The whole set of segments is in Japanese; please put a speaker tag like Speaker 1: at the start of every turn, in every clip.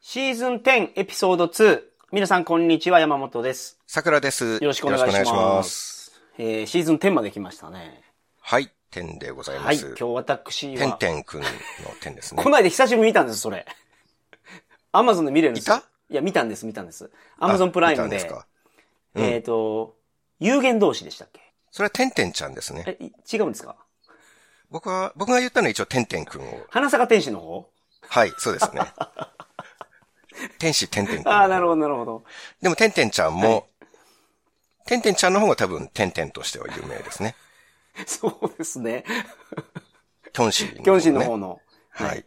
Speaker 1: シーズン10エピソード2。皆さんこんにちは、山本です。
Speaker 2: 桜です。
Speaker 1: よろしくお願いします。
Speaker 2: よろくお願いします
Speaker 1: えー、シーズン10まで来ましたね。
Speaker 2: はい、天でござい
Speaker 1: は
Speaker 2: ま
Speaker 1: い、
Speaker 2: す。
Speaker 1: 今日私
Speaker 2: 天
Speaker 1: は。
Speaker 2: 天くんの天ですね
Speaker 1: こ。ないだ久しぶりに見たんです、それ。 アマゾンで見れるんですよ
Speaker 2: いた
Speaker 1: いや、見たんです、見たんです。アマゾンプライ
Speaker 2: あ
Speaker 1: ム
Speaker 2: 見たん
Speaker 1: で。
Speaker 2: すかうん
Speaker 1: えっ、と、有限同士でしたっけ
Speaker 2: それは天天ちゃんですね。
Speaker 1: え、い違うんですか
Speaker 2: 僕は、僕が言ったのは一応天天くんを。
Speaker 1: 花坂天使の方
Speaker 2: はい、そうで すね。天使天天くん。
Speaker 1: ああ、なるほど、なるほど。
Speaker 2: でも天天ちゃんも、天天ちゃんの方が多分天天としては有名ですね。
Speaker 1: そうですね。
Speaker 2: キョンシー、
Speaker 1: キョンシンの方。の。
Speaker 2: はい。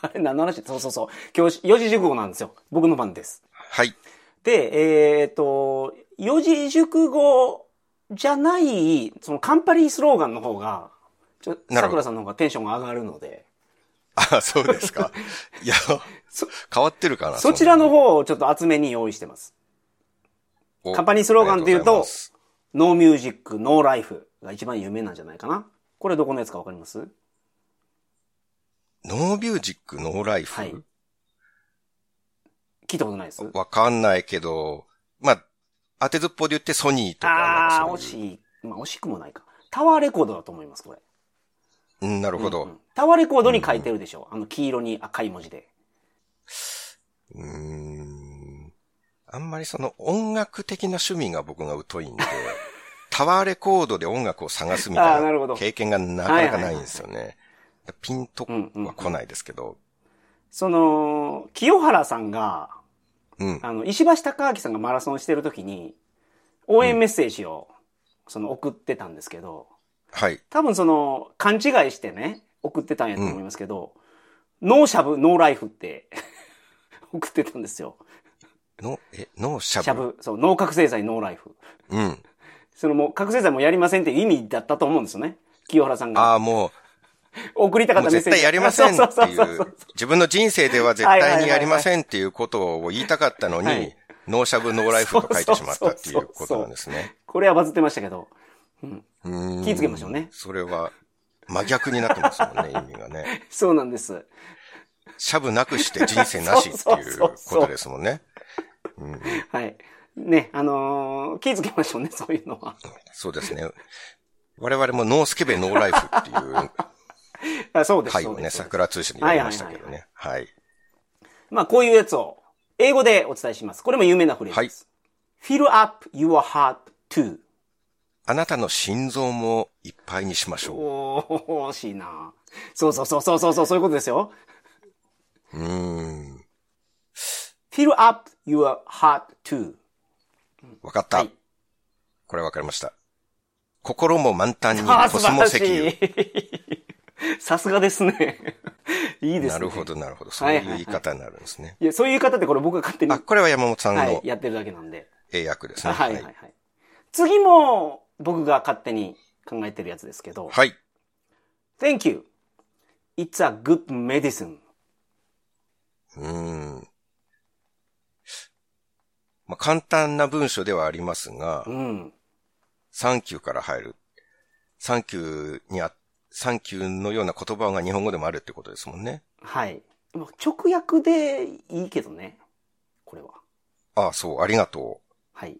Speaker 1: あれ、何の話そうそうそう。今日、四字熟語なんですよ。僕の番です。
Speaker 2: はい。
Speaker 1: で、えっ、と、四字熟語じゃない、そのカンパニースローガンの方が、ちょ、
Speaker 2: なる
Speaker 1: さ
Speaker 2: ほ
Speaker 1: く
Speaker 2: ど
Speaker 1: らさんの方がテンションが上がるので、
Speaker 2: あ、そうです か。いや、
Speaker 1: そ
Speaker 2: 変わってるかな。
Speaker 1: そちらの方をちょっと厚めに用意してます。
Speaker 2: お
Speaker 1: カンパニースローガンで言うと
Speaker 2: ありがございます
Speaker 1: ノーミュージック、ノーライフが一番有名なんじゃないかな。これどこのやつかわかります
Speaker 2: ノーミュージック、ノーライフ。
Speaker 1: はい聞いたことないです
Speaker 2: わかんないけど、まあ、当てずっぽうで言ってソニーとか
Speaker 1: あ
Speaker 2: なんか
Speaker 1: あ
Speaker 2: そ
Speaker 1: ー、惜
Speaker 2: ういう。
Speaker 1: しい。まあ惜しくもないか。タワーレコードだと思います、これ。
Speaker 2: うん、なるほ
Speaker 1: うんう
Speaker 2: ど。
Speaker 1: んタワーレコードに書いてるでしょ。あの黄色に赤い文字で。
Speaker 2: うーん。あんまりその音楽的な趣味が僕が疎い んで、タワーレコードで音楽を探すみ
Speaker 1: あ
Speaker 2: た
Speaker 1: ー
Speaker 2: い
Speaker 1: なるほ
Speaker 2: な
Speaker 1: ど
Speaker 2: 経験がなかなかないんですよね。ピンと
Speaker 1: うんうんうん
Speaker 2: は来ないですけど。
Speaker 1: その、清原さんが、
Speaker 2: うん。
Speaker 1: あの、石橋貴明さんがマラソンしてる時に、応援メッセージを、その、送ってたんですけど、
Speaker 2: はい。
Speaker 1: 多分その、勘違いしてね、送ってたんやと思いますけど、ノーシャブ、ノーライフって、 送ってたんですよ。
Speaker 2: の、え、のし
Speaker 1: シ
Speaker 2: ゃ
Speaker 1: ャ
Speaker 2: ぶ。
Speaker 1: ブ、そう、脳覚醒剤、ノーライフ。
Speaker 2: うん。
Speaker 1: そのもう、覚醒剤もやりませんっていう意味だったと思うんですよね。清原さん
Speaker 2: あ
Speaker 1: が
Speaker 2: あ、も
Speaker 1: 送りた
Speaker 2: う、
Speaker 1: かっ
Speaker 2: もう
Speaker 1: たメッ
Speaker 2: 絶
Speaker 1: セージ。
Speaker 2: 対やりませんってい
Speaker 1: そうそうそうそう
Speaker 2: う、自分の人生では絶対にやりませんっていうことを言いたかったの
Speaker 1: はいはいはい
Speaker 2: に、ノーシャブノーライフと書いてしまったっていうことなんですね。
Speaker 1: これはバズってましたけど。うん。
Speaker 2: うん
Speaker 1: 気ぃつけましょうね
Speaker 2: それは、真逆になってますもんね、意味がね。
Speaker 1: そうなんです。
Speaker 2: シャブなくして人生なしっていうことですもんね。うん、
Speaker 1: はい。ね、あのー気ぃつけましょうね、そういうのは。
Speaker 2: そうですね。我々もノースケベノーライフっていう
Speaker 1: あそうです、
Speaker 2: 回
Speaker 1: そ
Speaker 2: を
Speaker 1: う
Speaker 2: ね、
Speaker 1: です。
Speaker 2: 桜通信でやりましたけどね。はい。
Speaker 1: まあ、こういうやつを、英語でお伝えします。これも有名なフレーズです。fill up your heart to.
Speaker 2: あなたの心臓もいっぱいにしましょ
Speaker 1: おー、惜しいなそうそうそうそうそうそう、そういうことですよ。
Speaker 2: う。うーん。
Speaker 1: fill up your heart to.
Speaker 2: わかった。
Speaker 1: はい。
Speaker 2: これわかりました。心も満タンに
Speaker 1: あー
Speaker 2: コスモ石油。
Speaker 1: い。 さすがですね。 いいですね。
Speaker 2: なるほ。ど、なるほど。そういう言い方になるんですね。
Speaker 1: いや、そういう言い方ってこれ僕が勝手に、
Speaker 2: あ、これは山本さん
Speaker 1: はい
Speaker 2: の、
Speaker 1: やってるだけなんで。
Speaker 2: 英訳ですね。
Speaker 1: はいはいはい。次も僕が勝手に考えてるやつですけど。
Speaker 2: はい。
Speaker 1: Thank you. It's a good medicine.
Speaker 2: うーん。まあ、簡単な文章ではありますが
Speaker 1: う、ん。
Speaker 2: サンキューから入る。サンキューにあ、サンキューのような言葉が日本語でもあるってことですもんね。
Speaker 1: はい。まあ直訳でいいけどね。これは。
Speaker 2: ああ、そう、ありがと
Speaker 1: はい。
Speaker 2: う。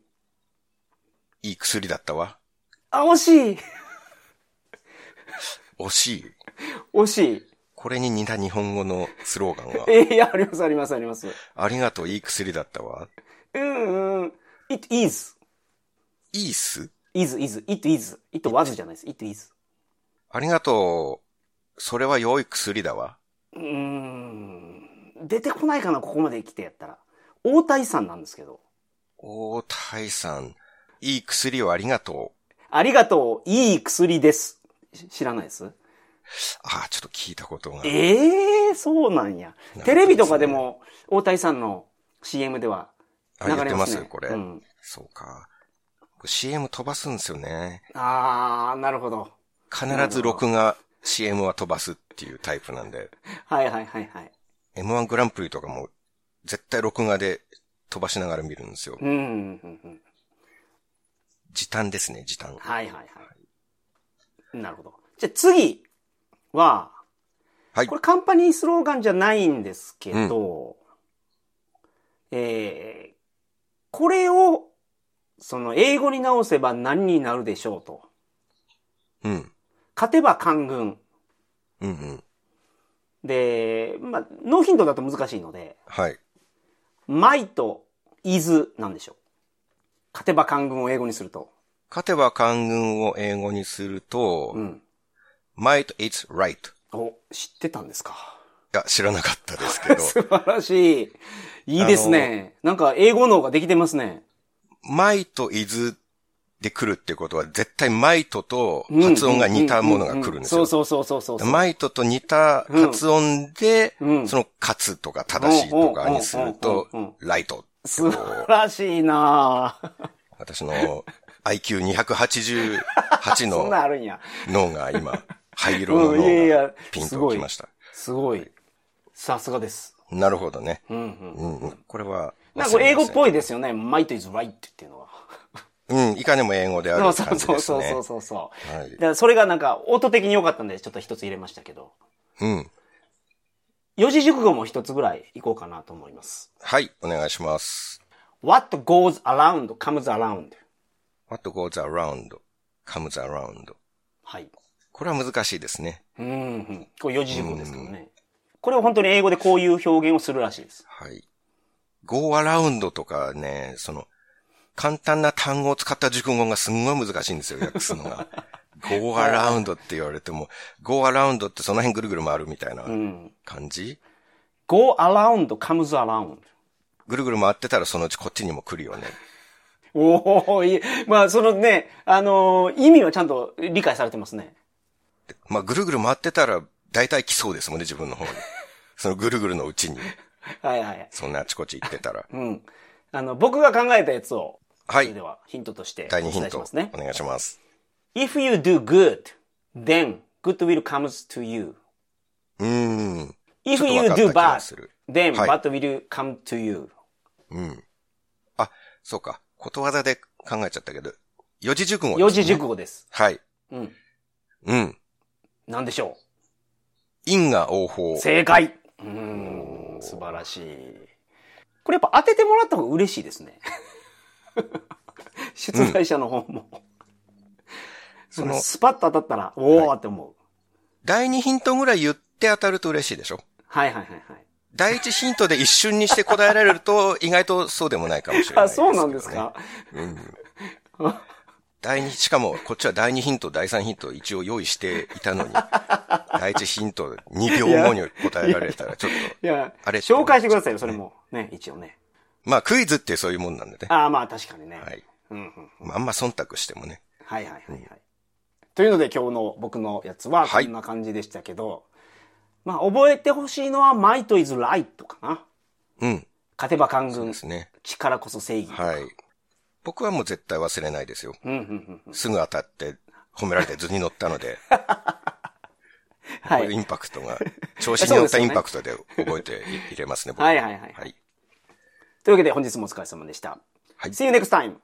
Speaker 2: いい薬だったわ。
Speaker 1: あ、惜しい
Speaker 2: 惜しい。
Speaker 1: 惜しい。、
Speaker 2: これに似た日本語のスローガンが
Speaker 1: えいや、ありますありますあります。
Speaker 2: ありがとう、いい薬だったわ。
Speaker 1: うんうん。it is.
Speaker 2: いいっす
Speaker 1: is, is, it is. it was じゃないです。it is.
Speaker 2: ありがとう。それは良い薬だわ。
Speaker 1: うーん。出てこないかな、ここまで来てやったら。大谷さんなんですけど。
Speaker 2: おー、タイさん。いい薬をありがとう。
Speaker 1: ありがとう、いい薬です。し知らないです
Speaker 2: ああ、ちょっと聞いたことが。
Speaker 1: ええそうなんや。
Speaker 2: ね
Speaker 1: テレビとかでも、大谷さんの CM では
Speaker 2: あ
Speaker 1: 流れ
Speaker 2: や
Speaker 1: ま
Speaker 2: っ
Speaker 1: すね。
Speaker 2: てますよ、これ。
Speaker 1: うん、
Speaker 2: そうか。僕 CM 飛ばすんですよね。
Speaker 1: あー、なるほど。
Speaker 2: 必
Speaker 1: なるほど
Speaker 2: ず録画 CM は飛ばすっていうタイプなんで。
Speaker 1: はいはいはいはい。
Speaker 2: M1 グランプリとかも絶対録画で飛ばしながら見るんですよ
Speaker 1: う。ん、うん、うん。
Speaker 2: 時短ですね、時短。
Speaker 1: はいはいはい。なるほど。じゃあ次は、
Speaker 2: はい
Speaker 1: これカンパニースローガンじゃないんですけど、えーこれを、その英語に直せば何になるでしょうと。
Speaker 2: うん。
Speaker 1: 勝てば官軍。
Speaker 2: うんうん。
Speaker 1: で、まあ、ノーヒントだと難しいので、
Speaker 2: はい。
Speaker 1: マイとイズなんでしょう。勝てば官軍を英語にすると。
Speaker 2: 勝てば官軍を英語にすると、
Speaker 1: うん。
Speaker 2: might, it's right. い
Speaker 1: お、知ってたんですか。
Speaker 2: や、知らなかったです けど、
Speaker 1: 素晴らしい。いいですね。なんか英語脳ができてますね。
Speaker 2: might, is で来るってことは、絶対 might と発音が似たものが来るんです
Speaker 1: う
Speaker 2: よ
Speaker 1: う。そうそうそうそうそう。
Speaker 2: マイトと似た発音で、
Speaker 1: うん
Speaker 2: その、勝つとか正しいとかにすると
Speaker 1: うんうんうんうん、
Speaker 2: ライト。
Speaker 1: 素晴らしいなぁ。
Speaker 2: 私の IQ288
Speaker 1: そんな
Speaker 2: の
Speaker 1: んあるんや。
Speaker 2: 脳が今、灰色の
Speaker 1: うん、いやい
Speaker 2: 脳が
Speaker 1: や、
Speaker 2: ピン
Speaker 1: す
Speaker 2: と
Speaker 1: ご
Speaker 2: き
Speaker 1: い
Speaker 2: ま。した。
Speaker 1: すごい。さすがです。
Speaker 2: なるほどね。
Speaker 1: うんうん。
Speaker 2: うんうん、これは、
Speaker 1: なんかこれ英語っぽ
Speaker 2: い。
Speaker 1: いですよね。might is right っていうのは。
Speaker 2: うん、いかにも英語であ る
Speaker 1: そ
Speaker 2: 感
Speaker 1: う
Speaker 2: じ
Speaker 1: そ
Speaker 2: で
Speaker 1: う
Speaker 2: す
Speaker 1: そう
Speaker 2: ね
Speaker 1: そう。そうそう。
Speaker 2: はい
Speaker 1: だからそれがなんか音的に良かったんでちょっと一つ入れましたけど。
Speaker 2: うん。
Speaker 1: 四字熟語も一つぐらいいこうかなと思います。
Speaker 2: はい、お願いします。
Speaker 1: What goes around comes around.
Speaker 2: What goes around comes around.
Speaker 1: はい。
Speaker 2: これは難しいですね。
Speaker 1: うんうん。これ四字熟語ですけどね。これは本当に英語でこういう表現をするらしいです。
Speaker 2: はい。go around とかね、その、簡単な単語を使った熟語がすんごい難しいんですよ、訳すの が。go around って言われても、go around ってその辺ぐるぐる回るみたいな
Speaker 1: うん。
Speaker 2: 感じ、
Speaker 1: go around comes around.
Speaker 2: ぐるぐる回ってたらそのうちこっちにも来るよね。
Speaker 1: おおいい。まあ、そのね、あのー意味はちゃんと理解されてますね。
Speaker 2: まあ、ぐるぐる回ってたら大体来そうですもんね、自分の方に。そのぐるぐるのうちに、
Speaker 1: はいはいはい。
Speaker 2: そんなあちこち行ってたら。
Speaker 1: うん。あの、僕が考えたやつを、
Speaker 2: は
Speaker 1: それ
Speaker 2: い
Speaker 1: で。はヒントとしてお
Speaker 2: 第2ヒ
Speaker 1: 伝
Speaker 2: ン
Speaker 1: えし
Speaker 2: ト
Speaker 1: ま、すね
Speaker 2: お。願いします。
Speaker 1: If you do good, then good will comes to you.
Speaker 2: うーん。
Speaker 1: If
Speaker 2: ちょっと
Speaker 1: you
Speaker 2: 分かった
Speaker 1: do
Speaker 2: 気が
Speaker 1: bad,
Speaker 2: する。
Speaker 1: then
Speaker 2: はい
Speaker 1: bad will come to you.
Speaker 2: うん。あ、そうか。ことわざで考えちゃったけど、四字熟語ですね
Speaker 1: 四字熟語です。
Speaker 2: はい。
Speaker 1: うん。
Speaker 2: うん。
Speaker 1: なんでしょ
Speaker 2: 因果応報
Speaker 1: う。正解うーん、素晴らしい。これやっぱ当ててもらった方が嬉しいですね。 出題者の方も。
Speaker 2: その、
Speaker 1: スパッと当たったら、おーって思う。
Speaker 2: 第二ヒントぐらい言って当たると嬉しいでしょ
Speaker 1: はい、はい、はいはいはい
Speaker 2: 第一ヒントで一瞬にして答えられると、意外とそうでもないかもしれない
Speaker 1: あ、
Speaker 2: ですけ
Speaker 1: そ
Speaker 2: どね、
Speaker 1: うなんですか
Speaker 2: うん。第二、しかも、こっちは第二ヒント、第三ヒント一応用意していた のに、第一ヒント2秒後に答えられたらちょっと、
Speaker 1: いや、
Speaker 2: あれ
Speaker 1: 紹介してくださいよ、それも。ね、一応ね。
Speaker 2: まあクイズってそういうもんなんでね。
Speaker 1: ああ、まあ確かにね。
Speaker 2: はい。
Speaker 1: うんうん。
Speaker 2: まああんま忖度してもね。
Speaker 1: はいはいはいはい。というので今日の僕のやつはこ
Speaker 2: はい
Speaker 1: んな感じでしたけど、まあ覚えてほしいのは might is right かな。
Speaker 2: うん。
Speaker 1: 勝てば官
Speaker 2: そう
Speaker 1: 軍
Speaker 2: で、すね。
Speaker 1: 力こそ正義。
Speaker 2: はい。僕はもう絶対忘れないですよ。
Speaker 1: うんうんうんうん。
Speaker 2: すぐ当たって褒められて図に乗ったので、
Speaker 1: は
Speaker 2: こういう
Speaker 1: い。
Speaker 2: インパクトが、調子に乗ったインパクトで覚えていれますね、僕
Speaker 1: はいはいはい。
Speaker 2: はい。
Speaker 1: というわけで本日もお疲れ様でした。
Speaker 2: はい
Speaker 1: See you next time!